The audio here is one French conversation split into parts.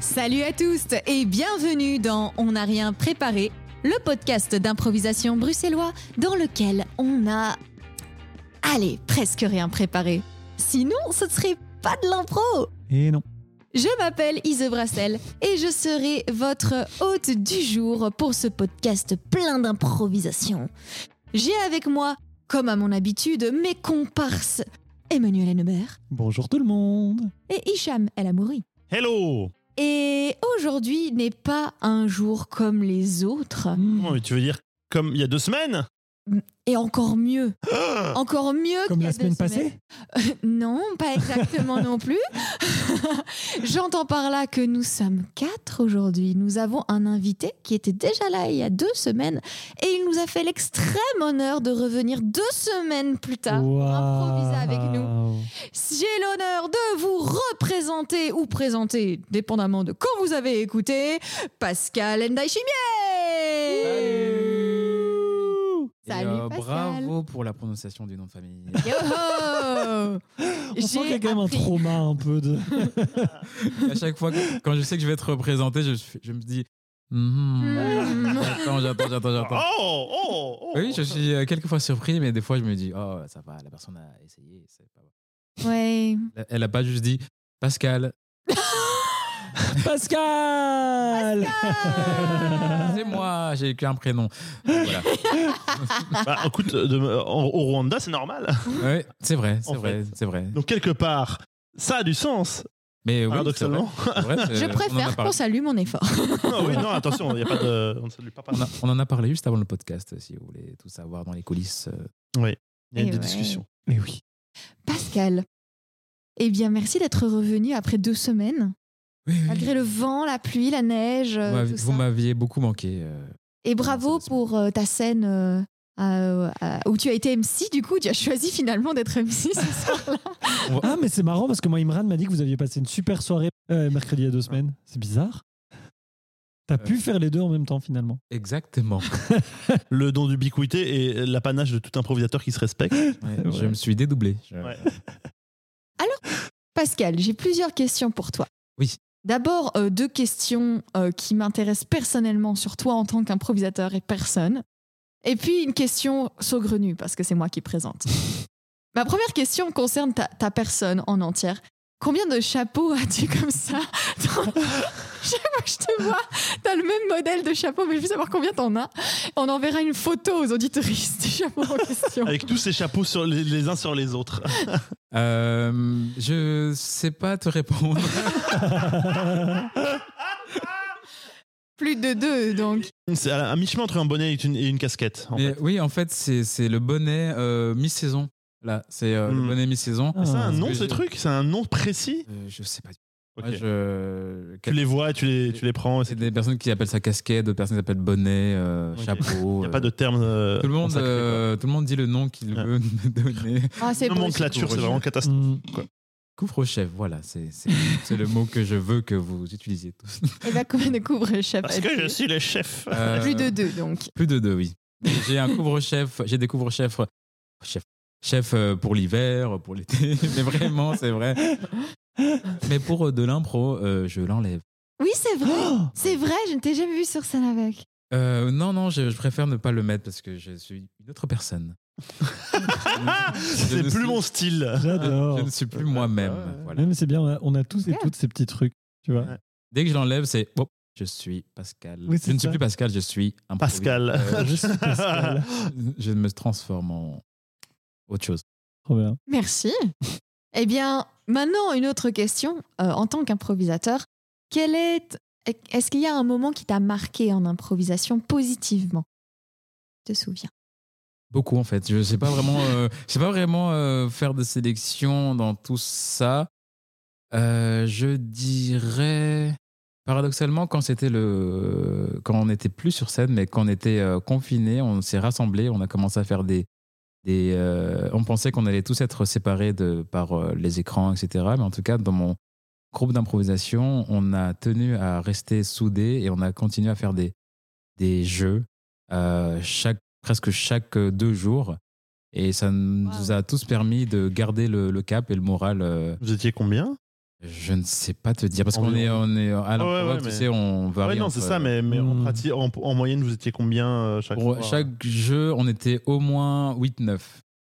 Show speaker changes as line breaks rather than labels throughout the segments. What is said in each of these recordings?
Salut à tous et bienvenue dans On n'a rien préparé, le podcast d'improvisation bruxellois dans lequel on a... Allez, presque rien préparé. Sinon, ce ne serait pas de l'impro.
Et non.
Je m'appelle Ise Brassel et je serai votre hôte du jour pour ce podcast plein d'improvisation. J'ai avec moi, comme à mon habitude, mes comparses Emmanuel Hennebert
Bonjour tout le monde.
et Hicham El Amouri.
Hello
Et aujourd'hui n'est pas un jour comme les autres,
Oh, mais Tu veux dire comme il y a deux semaines
et encore mieux,
Ah
encore mieux
Comme
qu'il y a
la
deux
semaine
semaines.
passée
Non, pas exactement non plus. J'entends par là que nous sommes quatre aujourd'hui. Nous avons un invité qui était déjà là il y a deux semaines et il nous a fait l'extrême honneur de revenir deux semaines plus tard pour improviser avec nous. J'ai l'honneur de vous représenter ou présenter, dépendamment de quand vous avez écouté, Pascal
Eh
Ndaichimier
Et, euh,
Salut, Pascal.
ben, bravo pour la prononciation du nom de famille.
Yo
On sent qu'il y a quand même un
appris-
trauma un peu de.
à chaque fois, que- quand je sais que je vais être représenté, je, je me dis. Mhm.
Mm.
J'attends, j'attends, j'attends, j'attends.
Oh, oh, oh.
Oui, je suis euh, quelquefois surpris, mais des fois je me dis, oh, ça va, la personne a essayé. c'est pas vrai.
Ouais.
Elle- Elle a pas juste dit, Pascal,
Pascal
Ah.
c'est moi, j'ai qu'un prénom. Euh, Voilà.
Bah, écoute, de- en- au Rwanda, c'est normal.
Ouais, c'est vrai, c'est
En
vrai, c'est vrai.
Donc, quelque part, ça a du sens, Ah,
Mais oui, c'est vrai,
paradoxalement.
c'est vrai, c'est-
Je
Euh, on en a
préfère
parlé.
qu'on salue mon effort.
non, oui, non, attention, il y a pas de. On ne salue pas par
Eh
On, a- on en a parlé juste avant le podcast, si vous voulez tout savoir dans les coulisses. euh,
Il y a
Eh
des
ouais.
discussions.
Mais oui.
Pascal, eh bien merci d'être revenu après deux semaines,
Oui, oui.
malgré le vent, la pluie, la neige,
Vous
euh,
m'avez-
tout
vous
ça.
m'aviez beaucoup manqué. euh,
Et bravo
Ouais, c'est deux
pour euh, ta scène euh, à- à- où tu as été MC. Du coup, tu as choisi finalement d'être MC ce soir-là.
Ah, mais c'est marrant parce que moi, Imran m'a dit que vous aviez passé une super soirée euh, mercredi il y a deux semaines. C'est bizarre. T'as pu faire les deux en même temps finalement.
Exactement.
Le don d'ubiquité et l'apanage de tout improvisateur qui se respecte.
Ouais,
C'est
je
vrai.
me suis dédoublé. Je-
Ouais.
Pascal, j'ai plusieurs questions pour toi.
Oui.
D'abord, euh, deux questions euh, qui m'intéressent personnellement sur toi en tant qu'improvisateur et personne. Et puis une question saugrenue, parce que c'est moi qui présente. Ma première question concerne ta, ta personne en entière. Combien de chapeaux as-tu comme ça dans- Chaque fois que je te vois, t'as le même modèle de chapeau, mais je veux savoir combien t'en as. On enverra une photo aux auditoristes des chapeaux en question.
Avec tous ces chapeaux sur les, les uns sur les autres.
Euh, je sais pas te répondre.
Plus de deux, donc.
C'est à, à mi-chemin entre un bonnet et une, et une casquette. en
Mais oui, en fait, c'est c'est le bonnet euh, mi-saison. Là, c'est euh, le
Hmm.
bonnet mi-saison.
fait. C'est un
Ah,
nom, ce
j'ai-
truc C'est un nom précis
Euh, je sais pas. du tout.
Ok.
Moi, je-
Tu les vois, tu les, tu les prends.
C'est
Il
des personnes qui appellent ça casquette, d'autres personnes qui appellent bonnet, euh,
Ok.
chapeau.
n'y a
euh.
pas de terme. euh,
tout le monde,
consacré, quoi. Ah.
euh, tout le monde dit le nom qu'il
Ouais.
veut me donner.
Ah, c'est bon.
Nomenclature, c'est
couvre-chef.
vraiment catastrophique.
Hmm.
Couvre-chef, voilà, c'est c'est- c'est le mot que je veux que vous utilisiez tous.
Et bah, combien de couvre-chapeaux
Parce que je suis le chef.
Euh,
Plus de deux, donc.
Plus de deux, oui. J'ai un couvre-chef, j'ai des couvre-chefs, chef, chef euh, pour l'hiver, pour l'été, mais vraiment, c'est vrai. Mais pour euh, de l'impro, euh, je l'enlève.
Oui, c'est vrai.
Oh
C'est vrai, je ne t'ai jamais vu sur scène avec.
Euh, non, non, je, je préfère ne pas le mettre parce que je suis une autre personne.
Ah, C'est plus mon style.
J'adore.
Je ne suis plus moi-même.
Ouais.
voilà.
Ouais, mais c'est bien, on a, on a tous et
Bien.
toutes ces petits trucs, tu vois.
Ouais.
Dès que je l'enlève, c'est oh, je suis Pascal.
Oui, c'est
je ne suis
ça.
plus Pascal, je suis un
Pascal.
Euh, je suis Pascal.
Je me transforme en autre chose.
Trop bien.
Merci. eh bien, maintenant, une autre question. Euh, en tant qu'improvisateur, quel est... est-ce qu'il y a un moment qui t'a marqué en improvisation positivement Je te souviens.
Beaucoup en fait. Je sais pas vraiment, euh, je sais pas vraiment euh, faire de sélection dans tout ça. Euh, je dirais paradoxalement quand c'était le quand on n'était plus sur scène, mais quand on était confiné, on s'est rassemblés, on a commencé à faire des des. euh, on pensait qu'on allait tous être séparés de par euh, les écrans, etc. Mais en tout cas, dans mon groupe d'improvisation, on a tenu à rester soudés et on a continué à faire des des jeux euh, chaque, presque chaque euh, deux jours. Et ça nous
Wow.
a tous permis de garder le, le cap et le moral. euh,
Vous étiez combien
Je ne sais pas te dire parce qu'on est,
Environ.
on est à
Ah Ouais, ouais,
l'improbable, tu
mais-
sais, on varie.
Ouais, non,
entre-
c'est ça, mais, mais
Hmm.
en, pratique, en, en moyenne, vous étiez combien euh, chaque
Pour
fois
chaque jeu, on était au moins 8-9.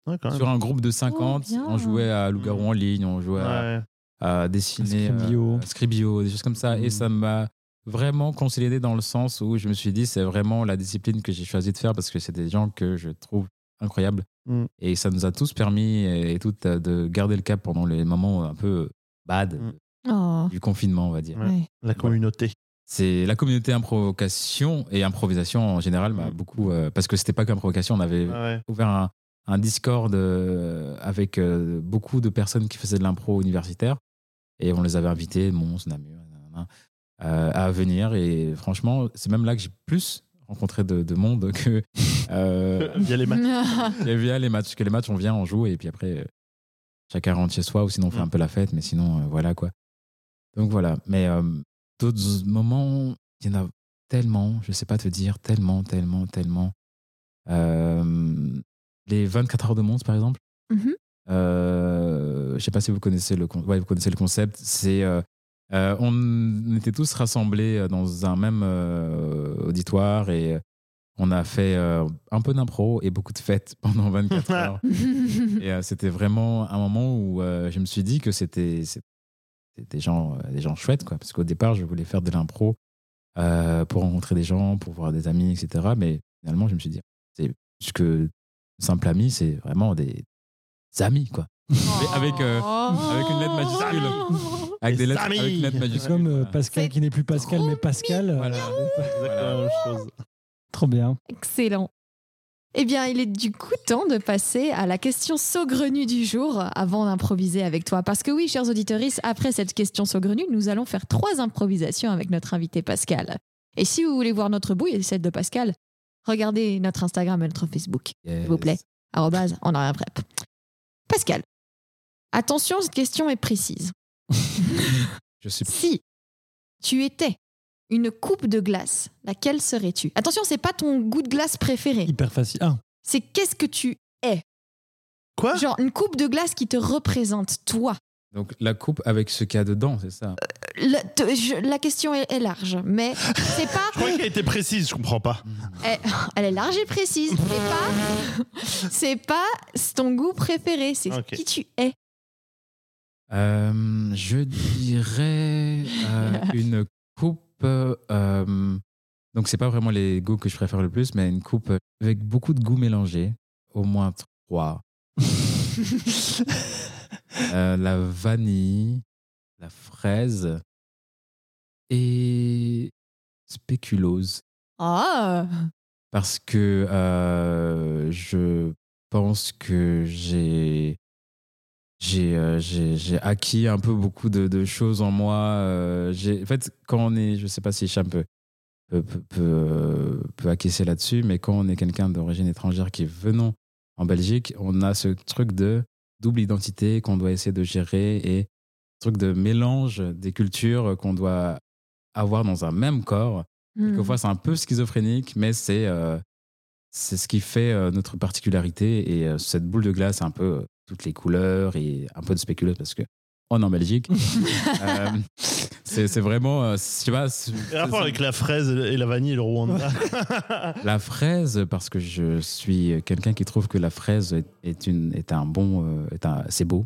Ouais, quand même.
Sur un groupe de 50,
bien.
on jouait à Loup-Garou en ligne, on jouait
Mm.
à,
Ouais.
à dessiner
À Scribio.
euh, à Scribio, des choses comme ça.
Mm.
Et ça m'a vraiment consolidé dans le sens où je me suis dit, c'est vraiment la discipline que j'ai choisi de faire parce que c'est des gens que je trouve incroyables.
Mm.
Et ça nous a tous permis et, et toutes euh, de garder le cap pendant les moments un peu bad
Mm.
Oh,
du confinement, on va dire.
Ouais.
ouais.
La communauté.
C'est la communauté improvocation et improvisation en général m'a
Mm.
beaucoup euh, parce que c'était pas qu'improvocation, on avait
Ouais.
ouvert un, un Discord euh, avec euh, beaucoup de personnes qui faisaient de l'impro universitaire. Et on les avait invités, Mons, Namur, nanana, euh, à venir. Et franchement, c'est même là que j'ai plus rencontré de, de monde que euh,
Via les matchs.
que via les matchs. Parce que les matchs, on vient, on joue, et puis après, euh, chacun rentre chez soi, ou sinon on fait
Mm.
un peu la fête, mais sinon, euh, voilà quoi. Donc voilà. Mais euh, d'autres moments, il y en a tellement, je sais pas te dire, tellement, tellement, tellement. Euh, les 24 heures de Mons, par exemple.
Mhm.
Euh, je sais pas si vous connaissez le, con- ouais, vous connaissez le concept. C'est euh, euh, on était tous rassemblés euh, dans un même euh, auditoire et euh, on a fait euh, un peu d'impro et beaucoup de fêtes pendant 24 heures. Et euh, c'était vraiment un moment où euh, je me suis dit que c'était c'était des gens, euh, des gens chouettes, quoi. Parce qu'au départ, je voulais faire de l'impro euh, pour rencontrer des gens, pour voir des amis, etc. Mais finalement, je me suis dit, c'est plus que simple ami, c'est vraiment des amis, quoi. Mais avec, euh, avec une lettre
Oh.
majuscule. Avec
Des
des lettres,
amis.
avec une lettre majuscule.
Comme euh,
voilà.
Pascal
C'est
qui n'est plus Pascal,
trop
mais Pascal. euh,
Voilà.
Exactement la même chose.
Trop bien.
Excellent. Eh bien, il est du coup temps de passer à la question saugrenue du jour avant d'improviser avec toi. Parce que oui, chers auditeurs, après cette question saugrenue, nous allons faire trois improvisations avec notre invité Pascal. Et si vous voulez voir notre bouille et celle de Pascal, regardez notre Instagram et notre Facebook.
Yes.
vous plaît. Arrobase, on a rien prep. Pascal, attention, cette question est précise.
Je suis
Si tu étais une coupe de glace, laquelle serais-tu Attention, c'est pas ton goût de glace préféré.
Hyper facile. Ah,
C'est qu'est-ce que tu
Quoi
Genre une coupe de glace qui te représente, toi.
Donc la coupe avec ce qu'il y a dedans, c'est ça.
Le- te- je- la question est, est large, mais c'est pas.
Je croyais qu'elle était précise, je comprends pas.
Elle est large et précise. C'est pas. C'est pas c'est ton goût préféré. C'est
Ok.
qui tu es.
Euh, je dirais euh, une coupe. euh, donc c'est pas vraiment les goûts que je préfère le plus, mais une coupe avec beaucoup de goûts mélangés, au moins trois. Euh, la vanille, la fraise et spéculose.
Ah.
parce que euh, je pense que j'ai j'ai euh, j'ai j'ai acquis un peu beaucoup de, de choses en moi. euh, j'ai- en fait, quand on est, je sais pas si Cham peut, peut, peut, peut, euh, peut acquiescer là-dessus, mais quand on est quelqu'un d'origine étrangère qui est venant en Belgique, on a ce truc de double identité qu'on doit essayer de gérer et truc de mélange des cultures qu'on doit avoir dans un même corps. Quelquefois, c'est un peu schizophrénique, mais c'est euh, c'est ce qui fait euh, notre particularité. Et euh, cette boule de glace, un peu euh, toutes les couleurs et un peu de spéculoos parce que on est en Belgique. Euh, c'est c'est vraiment, euh, je sais pas, c'est-
Et rapport avec la fraise et la vanille et le Rwanda.
la fraise, parce que je suis quelqu'un qui trouve que la fraise est, est une, est un bon, euh, est un- c'est beau.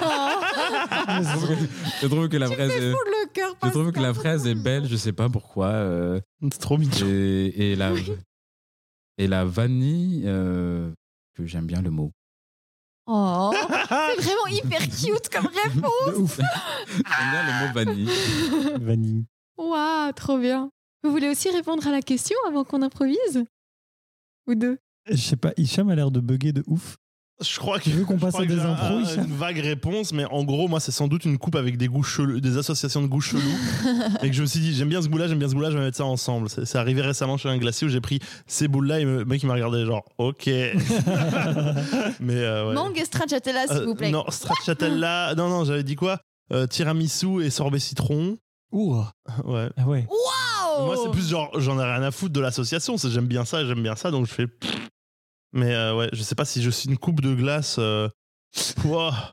Ah,
Je trouve que la fraise, est,
Oh, le cœur.
je trouve que la fraise est belle. Je sais pas pourquoi. euh,
c'est trop mignon.
et, et la, et la vanille, euh, que j'aime bien le mot.
Oh, c'est vraiment hyper cute comme
de
réponse.
ouf.
J'aime bien le mot vanille.
Vanille.
Waouh, trop bien. Vous voulez aussi répondre à la question avant qu'on improvise Ou deux
Je sais pas, Hicham a l'air de bugger de ouf.
Je crois que
Tu veux qu'on
je
passe
crois
à
que
des
j'ai un-
impros,
un-
Hicham
Une vague réponse, mais en gros, moi, c'est sans doute une coupe avec des goûts chelous, des associations de goûts chelous. et que je me suis dit, j'aime bien ce goût-là, j'aime bien ce goût-là, je vais mettre ça ensemble. C'est c'est arrivé récemment chez un glacier où j'ai pris ces boules-là et le mec, il m'a regardé genre, ok. mais euh, ouais.
Mangue stracciatella, s'il
Euh,
vous plaît.
non, stracciatella. non, non, j'avais dit quoi Euh, Tiramisu et sorbet citron.
Ouh.
Ouais.
Ah ouais.
Oh
Moi, c'est plus genre, j'en ai rien à foutre de l'association. c'est J'aime bien ça, j'aime bien ça, donc je fais. Mais euh, ouais, je sais pas si je suis une coupe de glace. euh, ouah.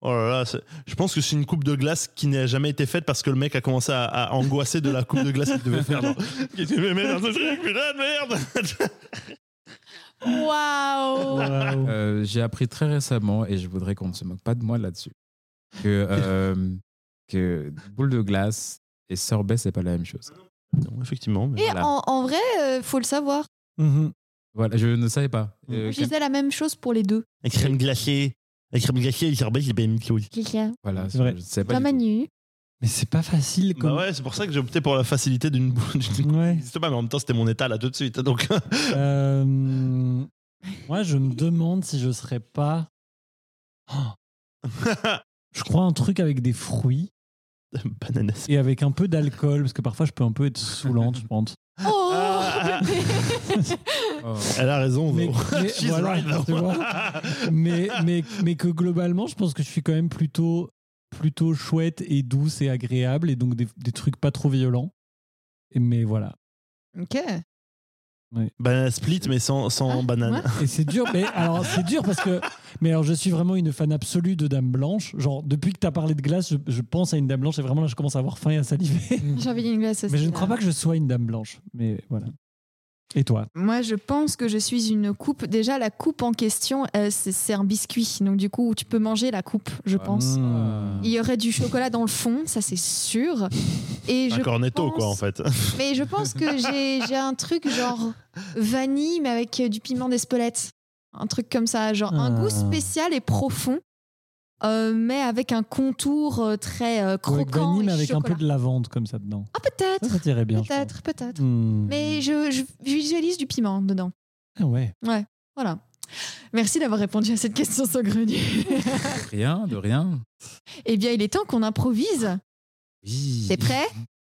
Oh là là, c'est- je pense que c'est une coupe de glace qui n'a jamais été faite parce que le mec a commencé à, à angoisser de la coupe de glace qu'il devait faire. genre. Il dit, mais merde, ce truc, putain de merde
Waouh
Waouh.
Euh, j'ai appris très récemment, et je voudrais qu'on ne se moque pas de moi là-dessus, que, euh, que boule de glace et sorbet, c'est pas la même chose.
Non, effectivement. mais-
Et
Voilà.
en, en vrai, euh, faut le savoir.
Mhm.
Voilà, je ne savais pas. Euh,
Je disais la même chose pour les deux.
La crème glacée, la crème glacée et le sorbet, j'ai pas mis de
voilà,
C'est vrai.
je ne savais pas.
La
du tout.
Manu.
Mais c'est pas facile
Bah
comme.
ouais, c'est pour ça que j'ai opté pour la facilité d'une boule. d'une-
ouais.
Je sais pas, mais en même temps, c'était mon état là tout de suite. hein, Donc,
Euh, moi, je me demande si je serais pas. Oh. Je crois un truc avec des fruits
bananas.
et avec un peu d'alcool, parce que parfois je peux un peu être saoulant, je pense.
Oh
Ah.
bébé.
Oh.
Elle a raison,
Mais-
Zo.
mais
She's
voilà,
right, Zo.
tu vois. Mais, mais, mais que globalement, je pense que je suis quand même plutôt, plutôt chouette et douce et agréable, et donc des, des trucs pas trop violents. Et- Mais voilà.
Ok.
Banana split, mais sans, sans
Ah,
banane.
Et c'est dur, mais alors c'est dur parce que. Mais alors je suis vraiment une fan absolue de Dame Blanche. Genre, depuis que t'as parlé de glace, je, je pense à une Dame Blanche et vraiment là je commence à avoir faim et à saliver.
J'ai envie d'une glace aussi.
Mais je ne
là.
crois pas que je sois une Dame Blanche. Mais voilà. Et toi
Moi, je pense que je suis une coupe. Déjà, la coupe en question, euh, c'est c'est un biscuit. Donc, du coup, tu peux manger la coupe, je
Ah,
pense. euh,
Mmh.
Il y aurait du chocolat dans le fond, ça c'est sûr. Et
Un
je
cornetto,
pense-
quoi, en fait.
Mais je pense que j'ai j'ai un truc genre vanille, mais avec euh, du piment d'Espelette. Un truc comme ça, genre un
Ah.
goût spécial et profond, euh, mais avec un contour euh, très euh,
Ou Avec
croquant.
vanille,
et
mais avec un peu
chocolat.
de lavande comme ça dedans.
Ah, peut-être,
Ça, ça t'irait bien. je
peut-être, peut-être.
pense. Hmm.
Mais je, je visualise du piment dedans.
Ah ouais.
Voilà. Merci d'avoir répondu à cette question saugrenue.
Rien, de rien.
eh bien, il est temps qu'on improvise.
Oui.
T'es prêt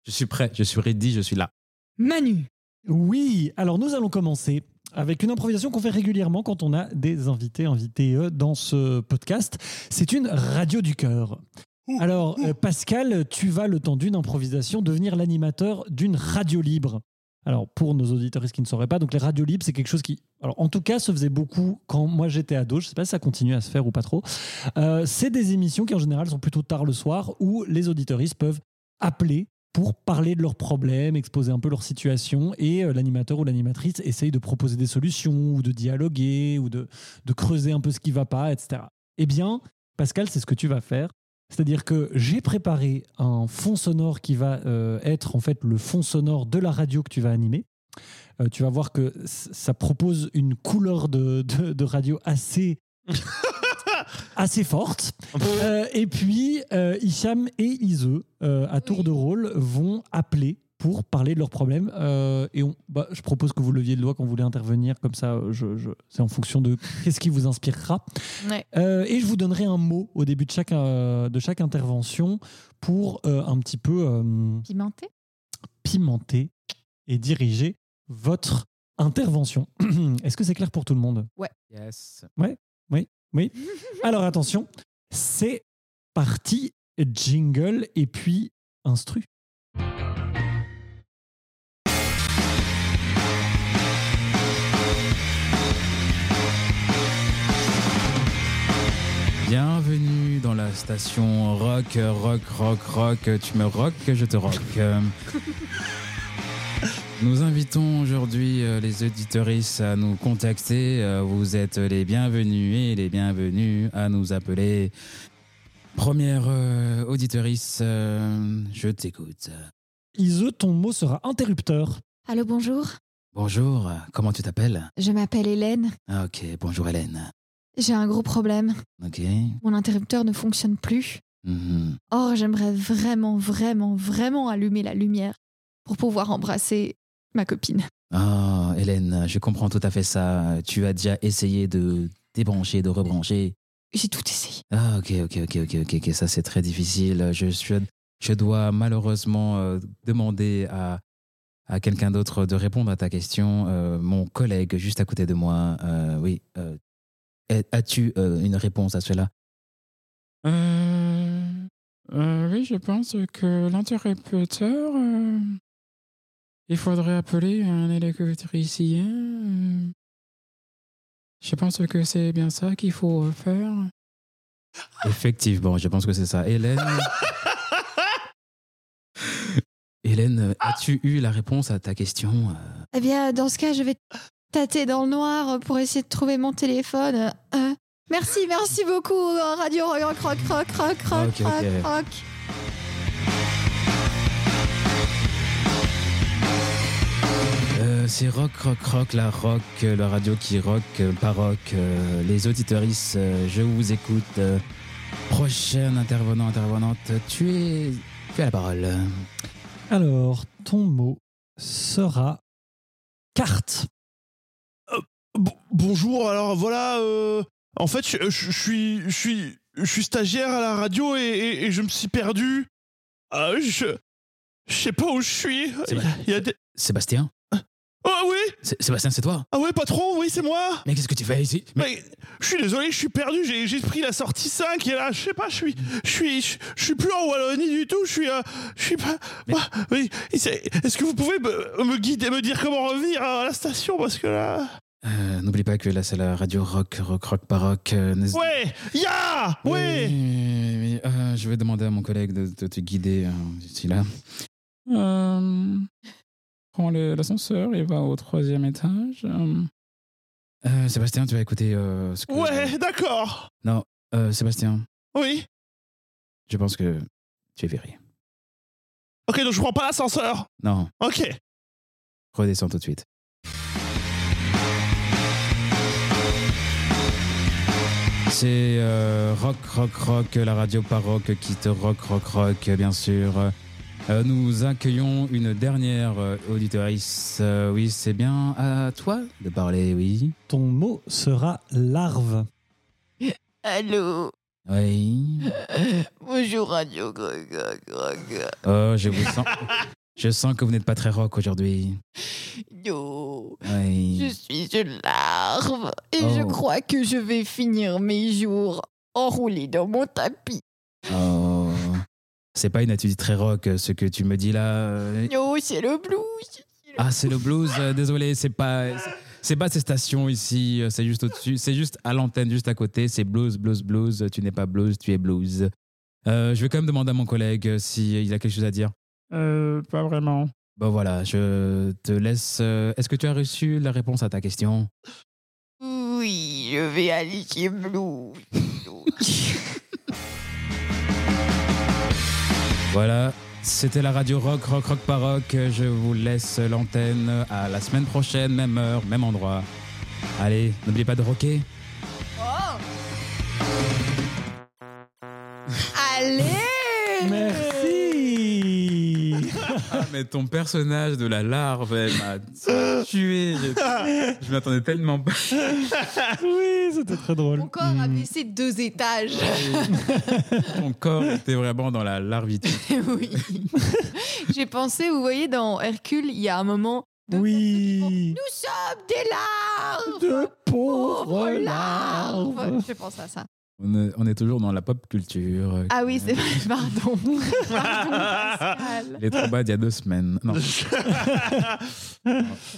Je suis prêt, je suis ready, je suis là.
Manu.
Oui, alors nous allons commencer avec une improvisation qu'on fait régulièrement quand on a des invités, invités euh, dans ce podcast. C'est une radio du cœur.
Ouh,
Alors, euh, Pascal, tu vas, le temps d'une improvisation, devenir l'animateur d'une radio libre. Alors, pour nos auditeurs qui ne sauraient pas, donc les radios libres, c'est quelque chose qui, alors, en tout cas, se faisait beaucoup quand moi j'étais ado. Je ne sais pas si ça continue à se faire ou pas trop. Euh, c'est des émissions qui, en général, sont plutôt tard le soir où les auditeuristes peuvent appeler pour parler de leurs problèmes, exposer un peu leur situation, et euh, l'animateur ou l'animatrice essaye de proposer des solutions, ou de dialoguer, ou de, de creuser un peu ce qui va pas, etc. Eh bien, Pascal, c'est ce que tu vas faire. C'est-à-dire que j'ai préparé un fond sonore qui va euh, être en fait le fond sonore de la radio que tu vas animer. Euh, tu vas voir que c- ça propose une couleur de, de- de radio assez, assez forte. Euh, et puis, euh, Hicham et Ise, euh, à tour
Oui.
de rôle, vont appeler pour parler de leurs problèmes. Euh, et on, bah, je propose que vous leviez le doigt quand vous voulez intervenir, comme ça, euh, je, je- c'est en fonction de qu'est-ce qui vous inspirera.
Ouais.
Euh, et je vous donnerai un mot au début de chaque, euh, de chaque intervention pour euh, un petit peu euh,
Pimenté.
pimenter et diriger votre intervention. Est-ce que c'est clair pour tout le monde
Yes.
Alors attention, c'est parti, jingle et puis instru.
Bienvenue dans la station rock, rock, rock, rock. Tu me rock, je te rock. Euh, Nous invitons aujourd'hui euh, les auditeuristes à nous contacter. Euh, Vous êtes les bienvenus et les bienvenus à nous appeler. Première euh, auditorice, euh, je t'écoute.
Ise, ton mot sera interrupteur.
Allô, bonjour.
Bonjour, comment tu t'appelles
Je m'appelle Hélène.
Ah, Ok, bonjour Hélène.
J'ai un gros problème.
Ok.
Mon interrupteur ne fonctionne plus.
Mhm.
Or, Oh, j'aimerais vraiment, vraiment, vraiment allumer la lumière pour pouvoir embrasser ma copine.
Ah, Hélène, je comprends tout à fait ça. Tu as déjà essayé de débrancher, de rebrancher.
J'ai tout essayé.
Ah, ok, ok, ok, ok, ok, ok, ça c'est très difficile. Je, suis, je dois malheureusement euh, demander à, à quelqu'un d'autre de répondre à ta question. Euh, mon collègue juste à côté de moi, euh, oui. euh, est- As-tu euh, une réponse à cela Euh, Oui, je pense que l'interrupteur, euh, il faudrait appeler un électricien. euh. Je pense que c'est bien ça qu'il faut faire. Effectivement, je pense que c'est ça. Hélène. Hélène, as-tu eu la réponse à ta question
Eh bien, dans ce cas, je vais tâter dans le noir pour essayer de trouver mon téléphone. Euh, merci, merci beaucoup, euh, Radio Rock, Rock, Rock, Rock, Rock,
Ok, ok.
Rock, Rock.
Euh, C'est rock, rock, rock, la rock, euh, la radio qui rock, euh, pas rock, euh, les auditeuristes, euh, je vous écoute. euh, prochaine intervenant, intervenante, tu es, tu as la parole.
Alors, ton mot sera carte.
Bon- bonjour, alors voilà. euh, en fait, je, je- je suis, je, suis, je suis stagiaire à la radio et, et- et je me suis perdu. Ah, je. Je sais pas où je suis.
C'est vrai.
Il y a des-
Sébastien
Ah oui
Sé- Sébastien, c'est toi
Ah ouais, patron, oui, c'est moi
Mais qu'est-ce que tu fais ici Mais
Mais je suis désolé, je suis perdu, j'ai j'ai pris la sortie 5 et là, je sais pas, je suis je suis je, je suis plus en Wallonie du tout, je suis euh, je suis pas
Mais-
Ah, oui, c'est- est-ce que vous pouvez me, me guider, me dire comment revenir à la station parce que là
Euh, n'oublie pas que là, c'est la radio rock, rock, rock, pas rock. euh, n'hésite-
Ouais, ya
Oui,
Ouais
oui, oui, euh, je vais demander à mon collègue de, de te guider euh, d'ici là. Euh, prends le- l'ascenseur et va au troisième étage. Euh, euh, Sébastien, tu vas écouter euh, ce que.
Ouais, d'accord.
Euh, Sébastien,
Oui.
je pense que tu es viré.
OK, donc je prends pas l'ascenseur.
Non,
OK.
redescends tout de suite. C'est euh, rock, rock, rock, la radio par rock qui te rock, rock, rock, bien sûr. Euh, nous accueillons une dernière euh, auditorice. Euh, oui, c'est bien à toi de parler, oui.
Ton mot sera larve.
Allô,
Oui.
bonjour Radio Grog, Grog, Grog.
Oh, je vous sens. Je sens que vous n'êtes pas très rock aujourd'hui.
Yo, je
Oui.
suis une larve
Et je
Oh.
crois que je vais finir mes jours enroulés dans mon tapis.
Oh. C'est pas une attitude très rock, euh, ce que tu me dis là. Euh,
Yo, c'est le blues.
Ah, c'est le blues. euh, désolé, c'est pas, c'est pas ces stations ici. euh, C'est juste au-dessus. C'est juste à l'antenne, juste à côté. C'est blues, blues, blues. euh, Tu n'es pas blues, tu es blues. Euh, je vais quand même demander à mon collègue euh, s'il a quelque chose à dire. Euh, pas vraiment. Bon voilà, je te laisse. euh, Est-ce que tu as reçu la réponse à ta question
Oui, je vais aller chez Blue.
Voilà, c'était la radio rock, rock, rock par rock. Je vous laisse l'antenne à la semaine prochaine, même heure, même endroit. Allez, n'oubliez pas de rocker.
Allez
Merci
Ah, mais ton personnage de la larve, elle m'a tué. Je, je m'attendais tellement pas.
Oui, c'était très drôle.
Mon corps a
Mm.
baissé deux étages.
Ton corps était vraiment dans la larvitude.
oui. J'ai pensé, vous voyez, dans Hercule, il y a un moment. de-
Oui,
Nous sommes des larves
de pauvres
Pauvres
larves.
Je pense à ça.
On est, on est toujours dans la pop culture.
Ah oui, c'est vrai, pardon. Pardon, Pascal.
Les trop bad il y a deux semaines. Non.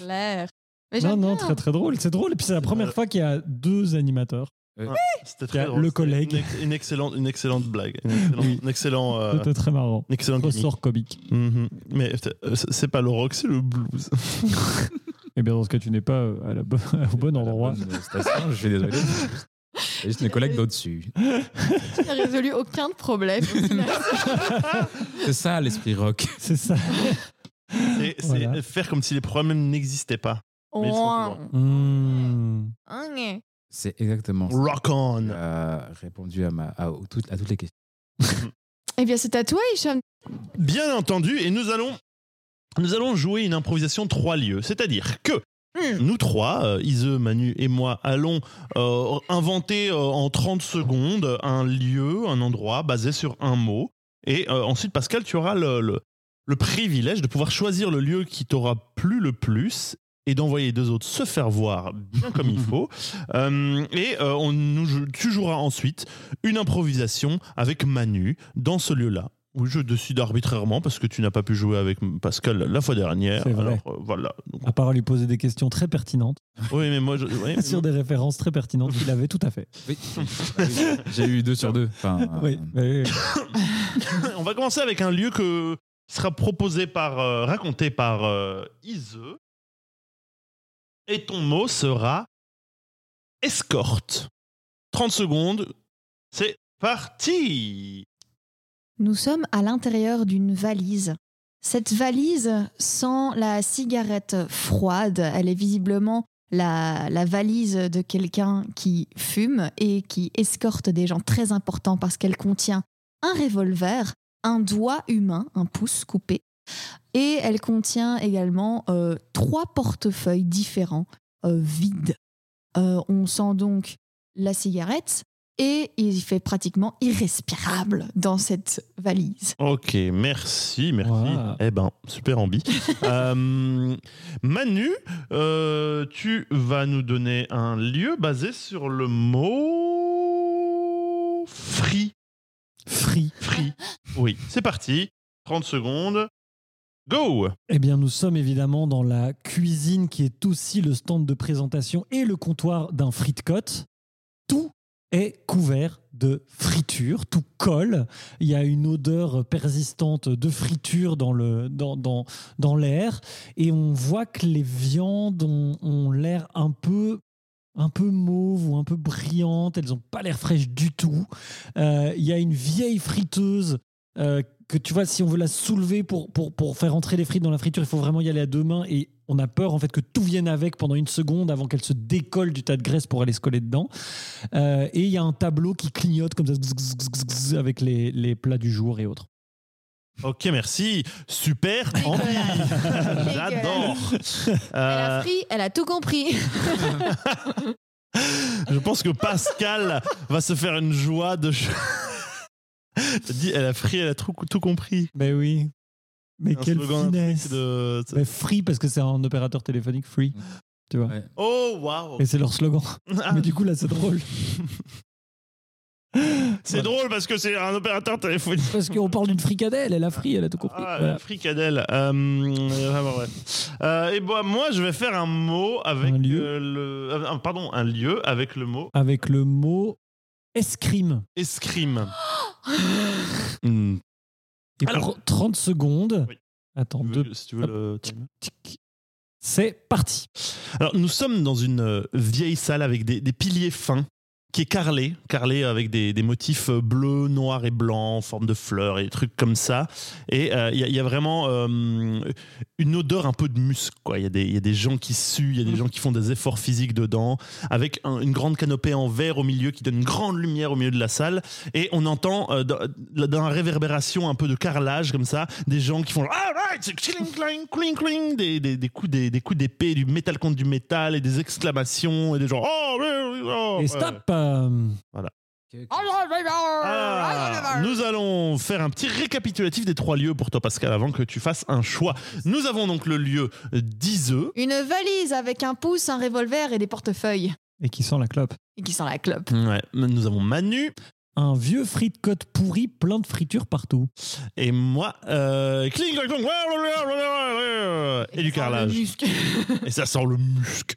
Clair. Mais
Non,
j'aime
non,
bien.
très très drôle. C'est drôle. Et puis c'est la première fois qu'il y a deux animateurs.
C'était
Il y a
très drôle.
le
c'était
collègue.
Une, ex- une excellente, une excellente blague. Une excellente-
Oui.
Un excellent. euh,
C'était très marrant.
un excellent gimmick.
Ressort comique.
Mhm. Mais euh, c'est- c'est pas le rock, c'est le blues.
Eh bien, dans ce cas, tu n'es pas euh, à la bo- au bon endroit.
La bonne station, je suis désolé. C'est juste mes collègues d'au-dessus.
Il n'a résolu aucun problème. au final.
C'est ça l'esprit rock.
C'est ça.
C'est c'est
Voilà.
faire comme si les problèmes n'existaient pas. Mais ils sont
Ouin.
Mm.
Ah.
Hein.
C'est exactement ça.
Rock on.
a répondu à, ma, à, au- toutes- à toutes les questions.
Eh bien, c'est à toi, Hicham.
Bien entendu, et nous allons, nous allons jouer une improvisation trois lieux. C'est-à-dire que
Mm.
nous trois, euh, Ise, Manu et moi, allons euh, inventer euh, en 30 secondes un lieu, un endroit basé sur un mot. Et euh, ensuite, Pascal, tu auras le, le- le privilège de pouvoir choisir le lieu qui t'aura plu le plus et d'envoyer les deux autres se faire voir bien comme il faut. Euh, et euh, on, nous, jou- tu joueras ensuite une improvisation avec Manu dans ce lieu-là. Oui, je décide arbitrairement parce que tu n'as pas pu jouer avec Pascal la fois dernière.
C'est vrai.
Alors, euh, voilà. Donc,
À part lui poser des questions très pertinentes,
oui, mais moi, je, oui,
sur des références très pertinentes qu'il avait tout à fait.
Oui. J'ai eu deux sur deux. Enfin, euh,
Oui, mais-
On va commencer avec un lieu que sera proposé par, euh, raconté par euh, Ise. Et ton mot sera escorte. 30 secondes. C'est parti.
Nous sommes à l'intérieur d'une valise. Cette valise sent la cigarette froide. Elle est visiblement la, la valise de quelqu'un qui fume et qui escorte des gens très importants parce qu'elle contient un revolver, un doigt humain, un pouce coupé, et elle contient également euh, trois portefeuilles différents euh, vides. Euh, on sent donc la cigarette, et il fait pratiquement irrespirable dans cette valise.
Ok, merci, merci.
Wow.
Eh ben, super ambi. Euh, Manu, euh, tu vas nous donner un lieu basé sur le mot free.
Free.
Free. Oui, c'est parti. 30 secondes. Go
Eh bien, nous sommes évidemment dans la cuisine qui est aussi le stand de présentation et le comptoir d'un fritcot. Tout est couvert de friture, tout colle. Il y a une odeur persistante de friture dans le dans, dans, dans l'air et on voit que les viandes ont, ont l'air un peu un peu mauve ou un peu brillante, elles n'ont pas l'air fraîches du tout. Euh, Il y a une vieille friteuse euh, que tu vois, si on veut la soulever pour, pour, pour faire entrer les frites dans la friture, il faut vraiment y aller à deux mains et on a peur en fait que tout vienne avec pendant une seconde avant qu'elle se décolle du tas de graisse pour aller se coller dedans. Euh, et il y a un tableau qui clignote comme ça zzz, zzz, zzz, zzz, avec les, les plats du jour et autres.
Ok, merci. Super ambi. Oh. J'adore. Euh,
pris, elle a tout compris.
je pense que Pascal va se faire une joie de... T'as dit, elle a fri, elle a tout, tout compris.
Mais oui. Mais
Un
quelle
slogan
finesse.
de-
Mais free parce que c'est un opérateur téléphonique free. Tu vois.
Ouais.
Oh, waouh
Et c'est leur slogan.
Ah,
Mais du coup là c'est drôle.
C'est drôle parce que c'est un opérateur téléphonique.
Parce qu'on parle d'une fricadelle, elle a free, elle a tout compris.
Ah,
Voilà.
fricadelle. Euh, euh, vraiment, ouais. Euh, et bah, moi, je vais faire un mot avec
Un lieu.
euh, le. euh, un- pardon, un lieu avec le mot
Avec le mot escrime.
escrime. Hmm.
Et
Alors-
pour 30 secondes.
Oui.
Attends,
Tu veux-
deux
si tu veux le timer.
tic. C'est parti.
Alors, nous sommes dans une euh, vieille salle avec des, des piliers fins qui est carrelée, carrelée avec des, des motifs euh, bleus, noirs et blancs en forme de fleurs et des trucs comme ça. Et euh, il y, a- il y a vraiment euh, une odeur un peu de musc. quoi. Il y, a des- il y a des gens qui suent, il y a
Mm.
des gens qui font des efforts physiques dedans, avec un- une grande canopée en verre au milieu qui donne une grande lumière au milieu de la salle. Et on entend euh, dans, dans la réverbération un peu de carrelage comme ça, des gens qui font ah, right, c'est cling, cling, cling, cling, des, des, des coups des, des coups d'épée, du métal contre du métal et des exclamations et des gens oh, oui, oui, oh,
Et
ouais.
stop. euh,
Ah, nous allons faire un petit récapitulatif des trois lieux pour toi Pascal avant que tu fasses un choix. Nous avons donc le lieu d'Iseux.
Une valise avec un pouce, un revolver et des portefeuilles.
Et qui sent la clope.
Et qui sent la clope.
Ouais, nous avons Manu
Un vieux frit-code pourri, plein de fritures partout.
et moi. euh, cling, clang, clang, ouais, ouais, ouais, ouais, ouais, et du carrelage. Et ça sent le musc.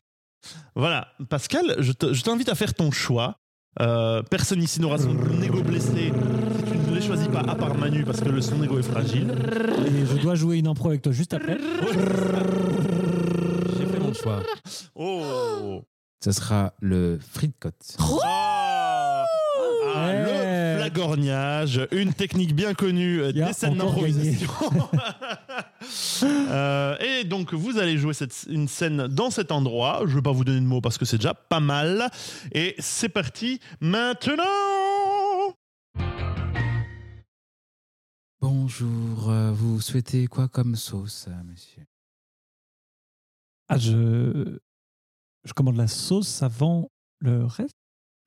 Voilà, Pascal, je te- je t'invite à faire ton choix. Euh, personne ici n'aura son ego blessé. Si tu ne les choisis pas, à part Manu, parce que le son ego est fragile.
Et je dois jouer une impro avec toi juste après.
J'ai fait mon choix.
Oh
Ce sera le Fritcot.
Ah,
Oh Ouais.
Le flagorniage, une technique bien connue euh,
Il y a
des scènes
encore
d'improvisation. Euh, et donc vous allez jouer cette- une scène dans cet endroit. Je ne vais pas vous donner de mots parce que c'est déjà pas mal. Et c'est parti maintenant.
Bonjour, euh, vous souhaitez quoi comme sauce, euh, monsieur
Ah, je. Je commande la sauce avant le reste.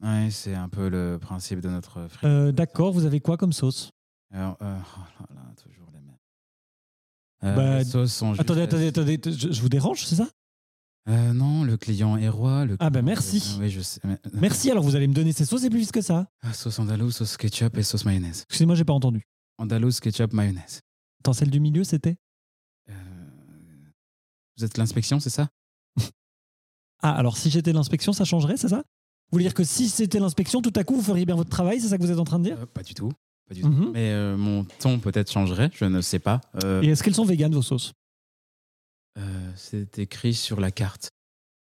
Ouais, c'est un peu le principe de notre Fritcot.
Euh, D'accord, vous avez quoi comme sauce
Alors, euh, oh là là, toujours les mêmes. Euh,
Bah,
les sauces sont juste-
Attendez, attendez, attendez. t- Je, je vous dérange, c'est ça
Euh, non, le client est roi. Le
Ah bah
client
merci.
est- Oui, je sais. mais-
Merci, alors vous allez me donner ces sauces et plus vite que ça.
Ah, Sauce andalouse, sauce ketchup et sauce mayonnaise.
Excusez-moi, j'ai pas entendu.
Andalous ketchup mayonnaise.
Attends, celle du milieu, c'était
Euh, Vous êtes l'inspection, c'est ça
Ah, alors si j'étais l'inspection, ça changerait, c'est ça Vous voulez dire que si c'était l'inspection, tout à coup, vous feriez bien votre travail, c'est ça que vous êtes en train de dire
Euh, Pas du tout. Pas du tout.
Mhm.
Mais euh, mon ton peut-être changerait, je ne sais pas. Euh,
Et est-ce qu'elles sont véganes, vos sauces
euh, c'est écrit sur la carte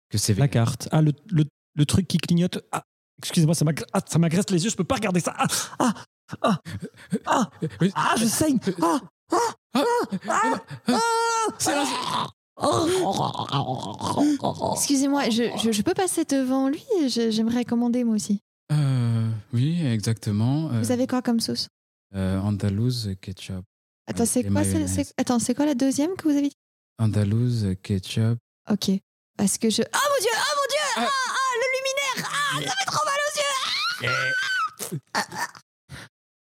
que c'est
La
vegan.
carte. Ah, le, le, le truc qui clignote. Ah, excusez-moi, ça m'ag- ah, ça m'agresse les yeux, je peux pas regarder ça. Ah, ah, ah, ah,
Euh, Oui.
ah, je saigne. Ah, ah, ah,
C'est la-
Oh.
Excusez-moi, je, je- je peux passer devant lui Je- J'aimerais commander moi aussi.
Euh, oui, exactement. Euh,
Vous avez quoi comme sauce
euh, Andalouse ketchup.
Attends, c'est
les
quoi, celle-
mayonnaises.
c'est- attends, c'est quoi la deuxième que vous avez dit
Andalouse ketchup.
Ok. Parce que je. Ah mon dieu Ah mon dieu
Ah.
Ah, ah, le luminaire Ah, ça fait trop mal aux yeux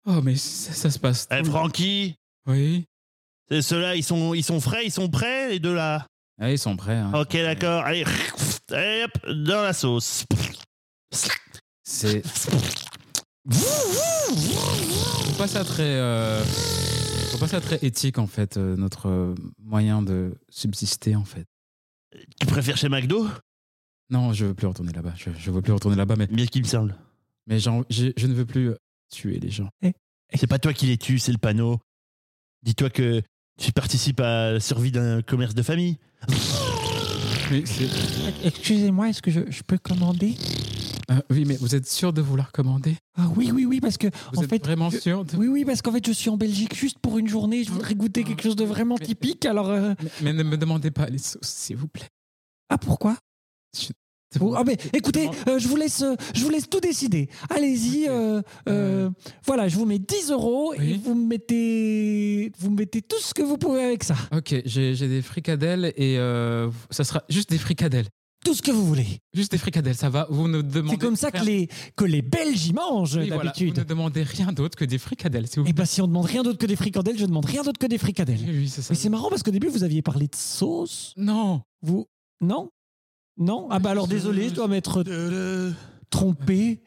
Oh, mais ça, ça se passe.
Eh
tout le-
Francky,
Oui.
c'est ceux-là, ils sont, ils sont frais, ils sont prêts, les deux là.
Ah, ils sont prêts. hein.
Ok, d'accord. Allez, Allez, hop, dans la sauce.
C'est. Faut pas ça très. euh, Faut pas ça très éthique en fait, euh, notre euh, moyen de subsister en fait.
Tu préfères chez McDo
Non, je veux plus retourner là-bas. Je, je veux plus retourner là-bas, mais
Bien qu'il me semble.
mais genre, j'ai- je ne veux plus euh, tuer les gens.
C'est pas toi qui les tue, c'est le panneau. Dis-toi que tu participes à la survie d'un commerce de famille.
Mais c'est-
Excusez-moi, est-ce que je, je peux commander
euh, oui, mais vous êtes sûr de vouloir commander
Ah oui, oui, oui, parce que
Vous
en
êtes
fait,
vraiment
je-
sûr de...
oui, oui, parce qu'en fait, je suis en Belgique juste pour une journée. Je voudrais goûter quelque chose de vraiment
Mais-
typique. Alors, euh,
mais, mais ne me demandez pas les sauces, s'il vous plaît.
ah pourquoi Oh, ah, mais écoutez, euh, je vous laisse, euh, je vous laisse tout décider. Allez-y.
Ok.
euh, euh, voilà, je vous mets 10 euros et
Oui.
vous me mettez, vous me mettez tout ce que vous pouvez avec ça,
Ok, j'ai j'ai des fricadelles et euh, ça sera juste des fricadelles.
tout ce que vous voulez.
Juste des fricadelles, ça va. Vous ne demandez
C'est comme ça que
rien-
les que les Belges y mangent
Oui, voilà,
d'habitude.
Vous ne demandez rien d'autre que des fricadelles, s'il vous
Et bah si on demande rien d'autre que des fricadelles, je demande rien d'autre que des fricadelles.
plaît. Oui, c'est ça.
Mais Eh c'est marrant parce qu'au début vous aviez parlé de sauce.
Non
Vous non non ah bah alors désolé, je dois m'être trompé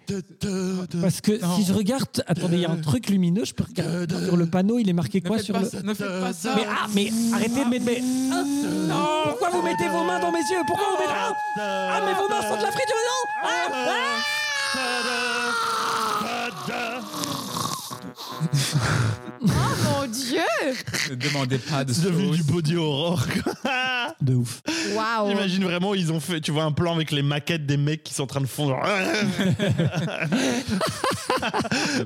parce que
Non.
si je regarde, attendez, il y a un truc lumineux, je peux regarder sur le panneau, il est marqué
Ne
quoi
faites
sur
pas
le
ça, Ne faites pas ça
Mais ah, mais arrêtez de mettre. mes- Hein non, pourquoi vous mettez vos mains dans mes yeux Pourquoi vous mettez. Ah, ah, mais vos mains sont de la friture Non Ah, ah
Mon dieu
Ne demandez pas de
C'est devenu
sauce.
du body horror. quoi.
De ouf.
Waouh
J'imagine vraiment, ils ont fait, tu vois, un plan avec les maquettes des mecs qui sont en train de fondre.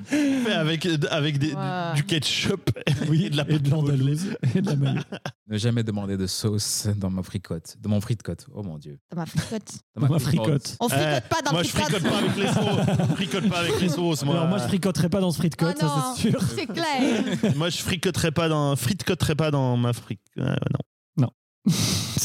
Fait avec avec des,
Wow.
du ketchup et de la pâte
Et de la maillot.
Ne jamais demander de sauce dans ma fricotte. Dans mon fricotte. Oh mon dieu.
Ça m'a fricote.
Dans
ma fricote.
On fricote
Eh,
pas dans
Moi,
le
je fricote pas avec les sauces. Je fricote pas avec les sauces, moi.
Alors moi, je fricoterai pas dans ce fricote,
Ah non.
ça c'est sûr.
C'est clair
Moi, je fricoterais pas dans, fricoterais pas dans ma fric. euh, non.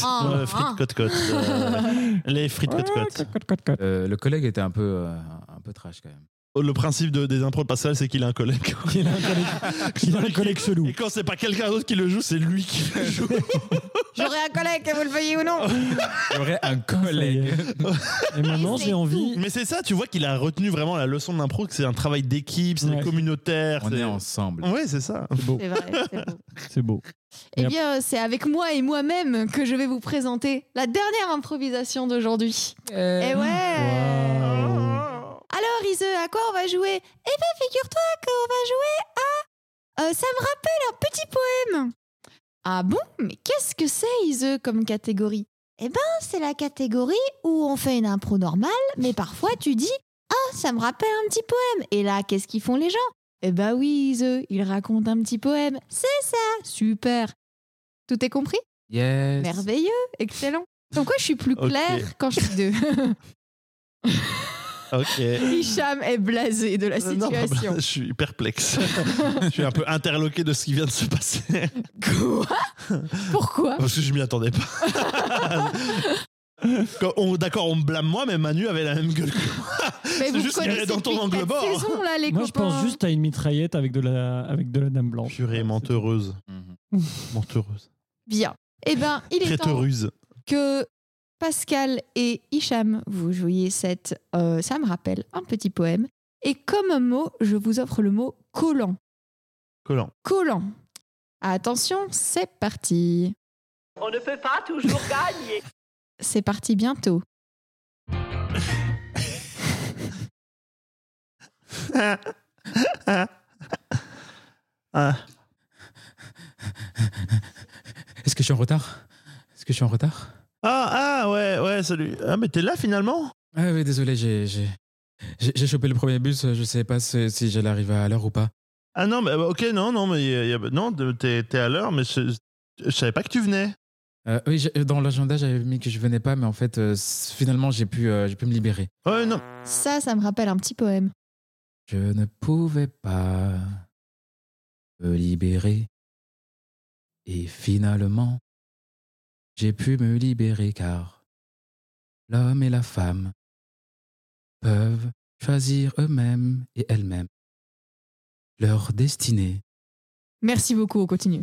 Ah,
Euh,
ah.
fricote cote. euh, les frites cote cote.
Cote, cote, cote.
Euh, le collègue était un peu, euh, un peu trash quand même.
Le principe de- des impros de Pascal, c'est qu'il a un collègue.
Il a un collègue, il a un collègue chelou.
Et quand c'est pas quelqu'un d'autre qui le joue, c'est lui qui le joue.
J'aurais un collègue, que vous le veuillez ou non
Il y aurait un
collègue.
collègue.
Et maintenant, j'ai envie.
Mais c'est ça, tu vois qu'il a retenu vraiment la leçon de l'impro, que c'est un travail d'équipe, c'est
Ouais.
communautaire.
On
c'est-
est ensemble.
Ouais, c'est ça.
C'est vrai, c'est beau.
C'est beau.
Eh bien, c'est avec moi et moi-même que je vais vous présenter la dernière improvisation d'aujourd'hui. Eh ouais Alors, Ise, à quoi on va jouer Eh ben, figure-toi qu'on va jouer à... Euh, ça me rappelle un petit poème Ah bon Mais qu'est-ce que c'est, Ise, comme catégorie Eh ben, c'est la catégorie où on fait une impro normale, mais parfois tu dis « Ah, ça me rappelle un petit poème !» Et là, qu'est-ce qu'ils font les gens Eh ben oui, Ise, ils racontent un petit poème. C'est ça Super Tout est compris
Yes.
Merveilleux, excellent. Donc quoi, je suis plus
Ok.
claire quand je suis deux.
Ok.
Hicham est blasé de la
Euh, non, bah,
situation.
je suis perplexe. je suis un peu interloqué de ce qui vient de se passer.
Quoi Pourquoi
Parce que je m'y attendais pas. Quand on- D'accord, on me blâme moi, mais Manu avait la même gueule que moi.
Mais vous
juste
connaissez
qu'il y avait dans ton
depuis
angle
quatre
mort.
saisons, là, les
Moi, je
copains.
pense juste à une mitraillette avec de la, avec de la dame blanche.
Purée, menteuse.
Mhm.
Menteuse.
Bien. Eh ben, il est temps
Traiteuse.
que Pascal et Hicham, vous jouiez cette... euh, ça me rappelle un petit poème. Et comme mot, je vous offre le mot collant.
Collant.
collant. Attention, c'est parti.
On ne peut pas toujours gagner.
C'est parti bientôt.
Ah,
Est-ce que je suis en retard Est-ce que je suis en retard
ah, ah, ouais, ouais, salut. Ah, mais t'es là finalement
Ah oui, désolé, j'ai j'ai- j'ai- j'ai chopé le premier bus. Je sais pas si, si j'allais arriver à l'heure ou pas.
Ah non, mais bah, ok, non, non, mais y a- y a- non, de- t'es t'es à l'heure, mais je, je savais pas que tu venais.
Euh, oui, j'ai- dans l'agenda, j'avais mis que je venais pas, mais en fait, euh, c- finalement, j'ai pu, euh, j'ai pu me libérer.
Ouais, non.
Ça, ça me rappelle un petit poème.
Je ne pouvais pas me libérer. Et finalement, j'ai pu me libérer car l'homme et la femme peuvent choisir eux-mêmes et elles-mêmes leur destinée.
Merci beaucoup, on continue.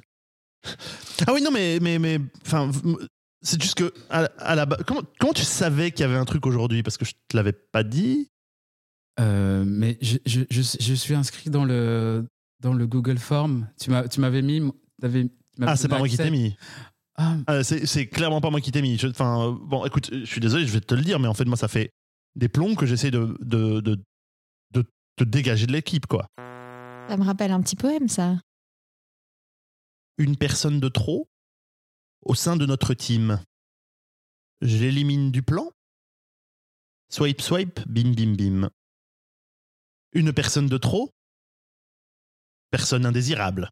Ah oui, non, mais. mais, mais enfin, v- c'est juste que. À, la- à la ba- comment, comment tu savais qu'il y avait un truc aujourd'hui Parce que je te l'avais pas dit.
Euh, mais je, je, je, je suis inscrit dans le, dans le Google Form. Tu m'as- tu m'avais mis. t'avais- tu m'avais
Ah, c'est
donné
pas moi qui
accès.
t'ai mis.
Ah,
Ah, c'est c'est clairement pas moi qui t'ai mis. Je- Enfin, euh, bon, écoute, euh, je suis désolé, je vais te le dire, mais en fait, moi, ça fait des plombs que j'essaie de, de, de, de te dégager de l'équipe, quoi.
Ça me rappelle un petit poème, ça.
Une personne de trop au sein de notre team. Je l'élimine du plan. Swipe, swipe, bim, bim, bim. Une personne de trop. Personne indésirable.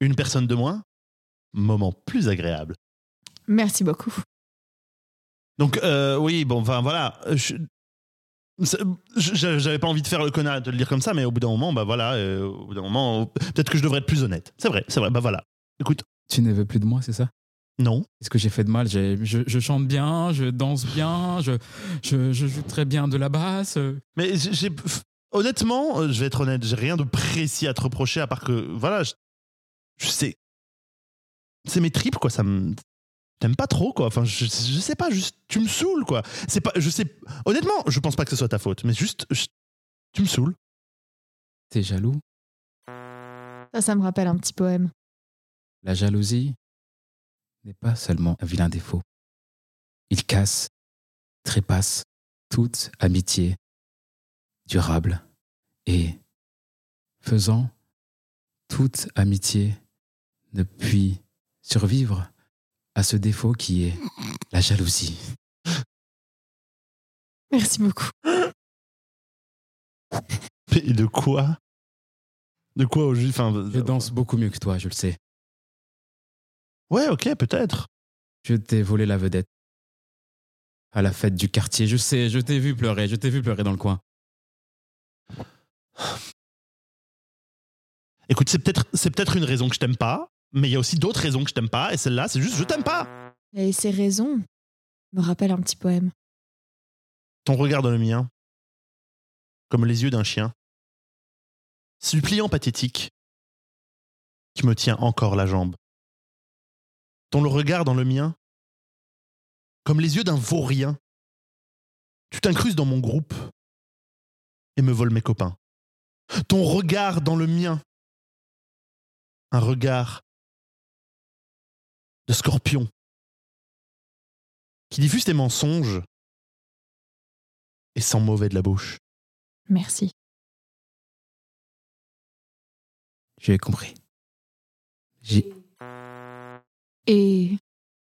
Une personne de moins. Moment plus agréable.
Merci beaucoup.
Donc euh, oui, bon, enfin voilà. je- c'est- je- J'avais pas envie de faire le connard, de le dire comme ça, mais au bout d'un moment, bah voilà, euh, au bout d'un moment, peut-être que je devrais être plus honnête. C'est vrai, c'est vrai, bah voilà. Écoute,
tu ne veux plus de moi, c'est ça
non.
Qu'est-ce que j'ai fait de mal J'ai- je, je chante bien, je danse bien, je, je, je joue très bien de la basse. euh.
Mais j'ai- j'ai- pff, honnêtement, euh, je vais être honnête, j'ai rien de précis à te reprocher à part que, voilà, je, je sais. C'est mes tripes, quoi, ça me. T'aimes pas trop, quoi. Enfin, je, je sais pas, juste, tu me saoules, quoi. C'est pas, je sais. Honnêtement, je pense pas que ce soit ta faute, mais juste, je- tu me saoules.
T'es jaloux
Ça, ça me rappelle un petit poème.
La jalousie n'est pas seulement un vilain défaut. Il casse, trépasse toute amitié durable et faisant toute amitié ne puis survivre à ce défaut qui est la jalousie.
Merci beaucoup.
Mais de quoi De quoi au juste enfin,
Je danse beaucoup mieux que toi, je le sais.
Ouais, ok, peut-être.
Je t'ai volé la vedette. À la fête du quartier, je sais, je t'ai vu pleurer, je t'ai vu pleurer dans le coin.
Écoute, c'est peut-être c'est peut-être une raison que je t'aime pas, mais il y a aussi d'autres raisons que je t'aime pas, et celle-là, c'est juste je t'aime pas.
Et ces raisons me rappellent un petit poème.
Ton regard dans le mien, comme les yeux d'un chien, suppliant pathétique, qui me tient encore la jambe. Ton regard dans le mien, comme les yeux d'un vaurien, tu t'incrustes dans mon groupe et me voles mes copains. Ton regard dans le mien, un regard de scorpion, qui diffuse tes mensonges et sans mauvais de la bouche.
Merci.
J'ai compris. J'ai
Et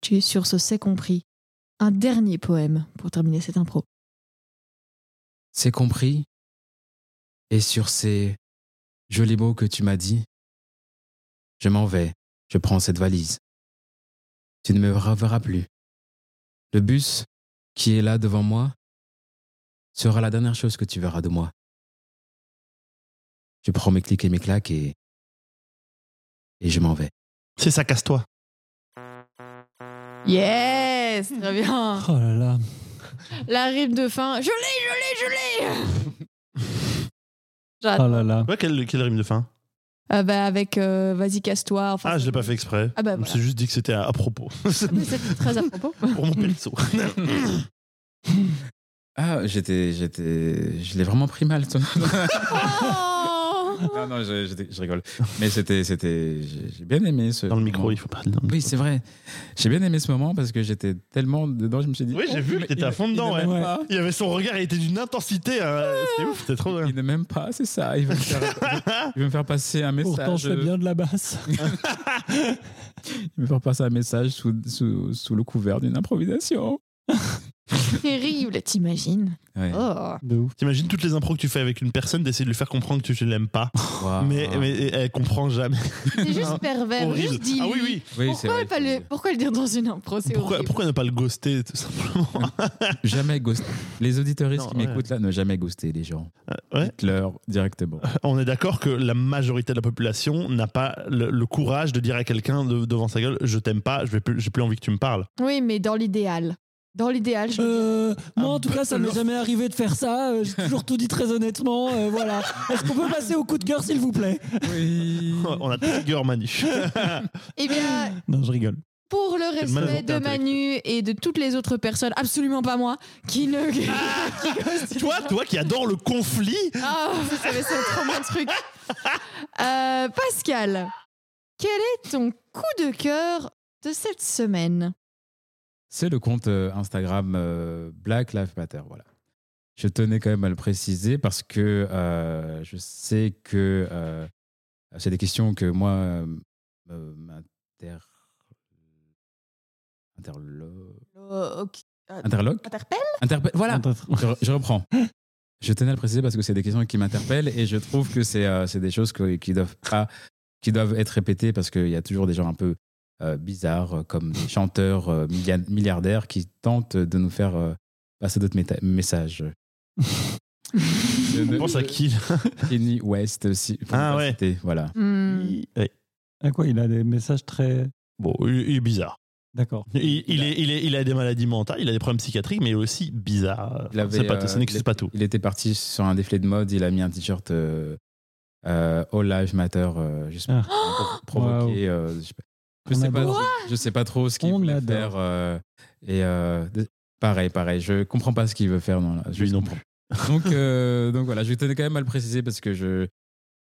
tu es sur ce c'est compris. Un dernier poème pour terminer cette impro.
c'est compris. Et sur ces jolis mots que tu m'as dit, je m'en vais, je prends cette valise. Tu ne me reverras plus. Le bus qui est là devant moi sera la dernière chose que tu verras de moi. Je prends mes clics et mes claques et, et je m'en vais.
C'est ça, casse-toi.
Yes Très bien
Oh là là.
La rime de fin. Je l'ai, je l'ai, je l'ai
Oh
J'adore.
là là.
Ouais, quelle, quelle rime de fin
Euh, bah, avec euh, Vas-y, casse-toi. Enfin,
Ah, je l'ai pas fait exprès.
Ah bah
Je me
voilà.
suis juste dit que c'était à, à propos.
Mais C'était très à propos.
Pour mon perso.
Ah, j'étais, j'étais, je l'ai vraiment pris mal. toi.
Oh
Non, non, je, je- je rigole. Mais c'était, c'était, j'ai j'ai bien aimé ce.
Dans le micro,
moment.
il faut pas le dire.
Oui, c'est vrai. J'ai bien aimé ce moment parce que j'étais tellement dedans, je me suis dit.
Oui, j'ai
oh,
vu
mais
que t'étais
il-
à fond
il
dedans,
ne
ouais.
m'aime
Ouais.
pas.
Il avait son regard, il était d'une intensité. euh, C'était ouf, c'était trop bien.
Il ne m'aime pas, c'est ça. Il veut me faire, il veut me faire passer un message.
Pourtant, je fais bien de la basse.
Il veut me faire passer un message sous, sous, sous le couvert d'une improvisation.
Terrible, t'imagines
Ouais.
Oh.
De ouf.
T'imagines toutes les impros que tu fais avec une personne, d'essayer de lui faire comprendre que tu l'aimes pas.
Waouh.
Mais, mais elle comprend jamais.
C'est juste pervers,
Ah, Horrible.
Bah, juste dis
Ah oui, oui.
Oui, c'est
Pourquoi,
vrai,
le pas
faut
le,
dire.
pourquoi le dire dans une impro C'est
Pourquoi,
horrible.
pourquoi ne pas le ghoster, tout simplement
Jamais ghost. Les auditeuristes
Non,
qui
ouais.
m'écoutent là, ne jamais ghoster les gens.
Euh, ouais.
Dites-leur directement.
On est d'accord que la majorité de la population n'a pas le, le courage de dire à quelqu'un de- devant sa gueule Je t'aime pas, je vais plus- j'ai plus envie que tu me parles.
Oui, mais dans l'idéal. Dans l'idéal, je...
Euh, moi,
Ah,
en tout cas, ça ne m'est
bœuf.
jamais arrivé de faire ça. Euh, J'ai toujours tout dit très honnêtement. Euh, voilà. Est-ce qu'on peut passer au coup de cœur, s'il vous plaît
Oui.
Mm.
On a trigger Manu.
Eh bien,
Non, je rigole.
pour le
mal
respect
inventé
de Manu et de toutes les autres personnes, absolument pas moi, qui ne... qui constituent-
toi, toi qui adore le conflit,
Ah, vous savez, c'est trop mon truc. Euh, Pascal, quel est ton coup de cœur de cette semaine
C'est le compte euh, Instagram euh, Black Lives Matter. Voilà. Je tenais quand même à le préciser parce que euh, je sais que euh, c'est des questions que moi euh, me- m'inter. interlo- Interloque
Interpelle
Interpe- Voilà
Attends.
je, je reprends. Je tenais à le préciser parce que c'est des questions qui m'interpellent et je trouve que c'est euh, c'est des choses que- qui doivent pas, qui doivent être répétées parce qu'il y a toujours des gens un peu euh, bizarres euh, comme des chanteurs euh, millia- milliardaires qui tentent de nous faire euh, passer d'autres méta- messages. Je ne-
on pense à qui là
Kanye West aussi. pour
Ah
ne pas
ouais.
citer, Voilà.
Hmm.
Ouais.
À Ah, quoi Il a des messages très.
Bon, il, il est bizarre.
D'accord.
Il, il est, il, est- il a des maladies mentales, il a des problèmes psychiatriques, mais il est aussi bizarre.
Il avait,
C'est pas
euh,
tout, ça n'existe
il-
pas tout.
Il était parti sur un défilé de mode, il a mis un t-shirt euh, euh, All Lives Matter, euh, juste
Ah.
pour provoquer. euh, je sais pas- je
On
sais pas,
adore.
je sais pas trop ce qu'il
On
voulait
adore.
faire. euh, et euh, de- pareil, pareil, je comprends pas ce qu'il veut faire. Non, là, je
Lui non
comprends. Donc, euh, donc voilà, je tenais quand même à le préciser parce que je,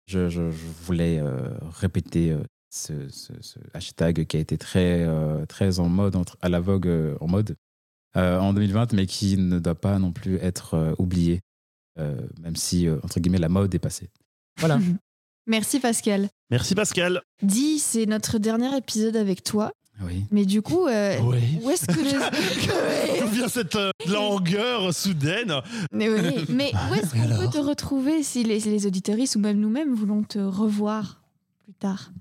je, je- je voulais euh, répéter euh, ce, ce- ce hashtag qui a été très, euh, très en mode, entre, à la vogue euh, en mode euh, en 2020, mais qui ne doit pas non plus être euh, oublié, euh, même si, euh, entre guillemets, la mode est passée. Voilà.
Merci Pascal.
Merci Pascal.
Dis, c'est notre dernier épisode avec toi,
Oui.
mais du coup, euh,
Oui.
où est-ce que les...
D'où vient cette euh, langueur soudaine
Mais, oui, mais où est-ce
Et
qu'on peut
alors
te retrouver si les, si les auditeuristes ou même nous-mêmes voulons te revoir plus tard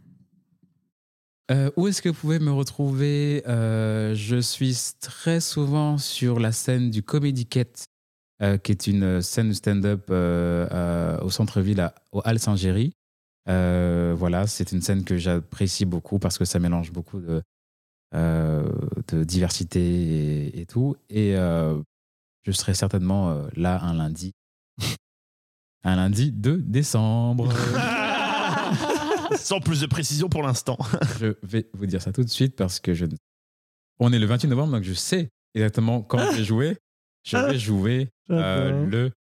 Euh, où est-ce que vous pouvez me retrouver Euh, Je suis très souvent sur la scène du Comedy Cat, euh, qui est une scène de stand-up euh, à- au centre-ville, à- au Hall Saint-Géry. Euh, voilà, c'est une scène que j'apprécie beaucoup parce que ça mélange beaucoup de, euh, de diversité et, et tout. Et euh, je serai certainement euh, là un lundi. Un lundi 2 décembre.
Sans plus de précision pour l'instant.
Je vais vous dire ça tout de suite parce que je. On est le 28 novembre, donc je sais exactement quand je vais jouer. Je vais jouer euh,
J'adore.
le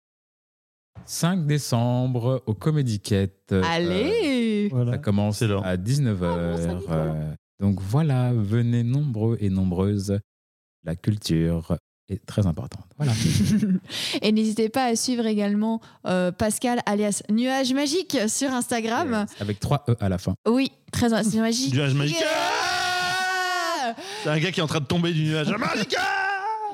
5 décembre au Comedy Cat. Euh,
Allez Ah,
Ça
Voilà.
commence
C'est l'heure.
à 19h.
samedi, quoi.
donc voilà, venez nombreux et nombreuses. La culture est très importante. Voilà.
Et n'hésitez pas à suivre également euh, Pascal alias Nuage Magique sur Instagram.
Avec 3 E à la fin.
Oui, très c'est magique.
Nuage magique.
Ah
C'est un gars qui est en train de tomber du nuage. Magique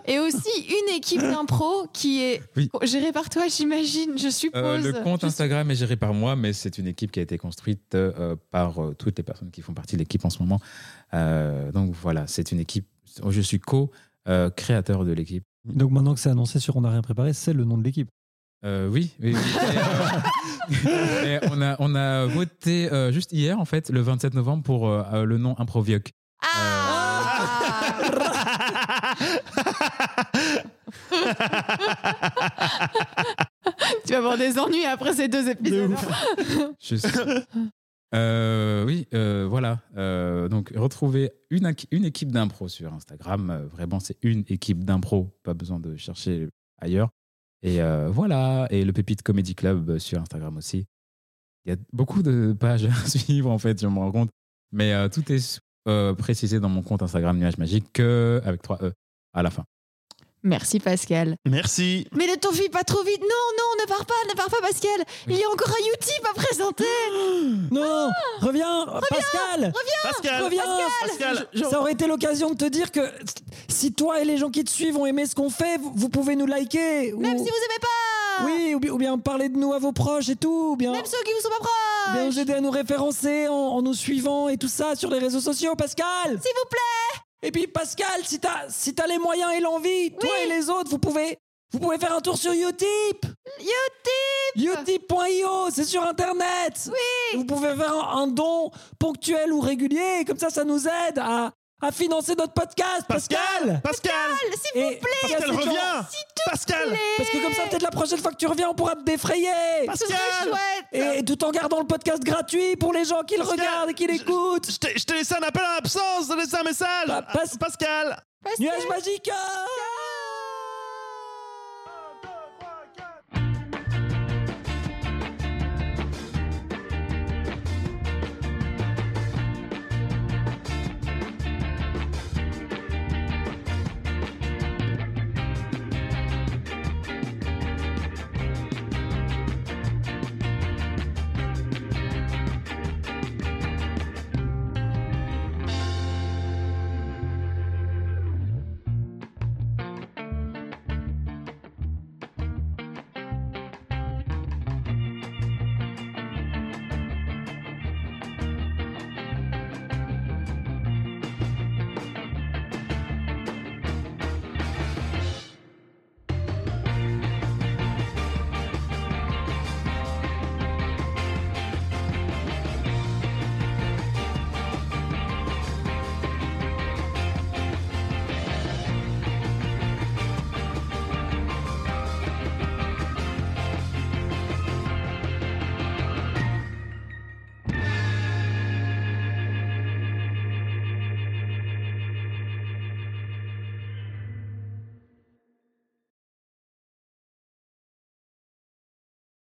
Et aussi une équipe d'impro qui est
Oui.
gérée par toi, j'imagine, je suppose.
Euh, le compte
Je-
Instagram est géré par moi, mais c'est une équipe qui a été construite euh, par euh, toutes les personnes qui font partie de l'équipe en ce moment. Euh, donc voilà, c'est une équipe. Je suis co-créateur de l'équipe.
Donc maintenant que c'est annoncé sur On n'a rien préparé, c'est le nom de l'équipe.
Euh, oui, oui. oui. Et, euh, et on, a, on a voté euh, juste hier, en fait, le 27 novembre, pour euh, euh, le nom Improvioc.
Ah Tu vas avoir des ennuis après ces deux épisodes.
Je sais. Euh, oui, euh, voilà. Euh, donc, retrouvez une, ac- une équipe d'impro sur Instagram. Euh, vraiment, c'est une équipe d'impro. Pas besoin de chercher ailleurs. Et euh, voilà. Et le Pépite Comedy Club sur Instagram euh, aussi. Il y a beaucoup de pages à suivre, en fait, je me rends compte. Mais euh, tout est euh, précisé dans mon compte Instagram Nuage Magique, que- avec 3 E à la fin.
Merci Pascal.
Merci.
Mais ne t'enfuis pas trop vite. Non, non, ne pars pas, ne pars pas Pascal. Il y a encore un Utip à présenter.
Non Ah, Reviens Pascal
Pascal.
Reviens
Pascal.
Ça aurait été l'occasion de te dire que si toi et les gens qui te suivent ont aimé ce qu'on fait, vous, vous pouvez nous liker. ou-
Oh.
Même si vous aimez pas.
Oui, ou bien, ou bien parler de nous à vos proches et tout. Ou bien,
Même ceux qui vous sont pas
ou bien
proches.
nous aider à nous référencer en, en nous suivant et tout ça sur les réseaux sociaux, Pascal
S'il vous plaît.
Et puis Pascal, si t'as si t'as les moyens et l'envie, toi et les autres, vous pouvez vous pouvez faire un tour sur Utip. Utip. Utip.io, c'est sur internet. Oui. Vous pouvez faire un, un don ponctuel ou régulier, comme ça, ça nous aide à à financer notre podcast, Pascal.
Pascal. Pascal.
S'il vous
Et
Pascal
parce que-
reviens. Pascal.
Parce que comme ça, peut-être la prochaine fois que tu reviens, on pourra te défrayer.
Pascal.
Et, et tout en gardant le podcast gratuit pour les gens qui le
Pascal,
regardent et qui
je-
l'écoutent.
Je t'ai- je t'ai laissé un appel en absence, je t'ai laissé un message.
Pa- Pas-
Pascal.
plaît.
Nuage magique. euh,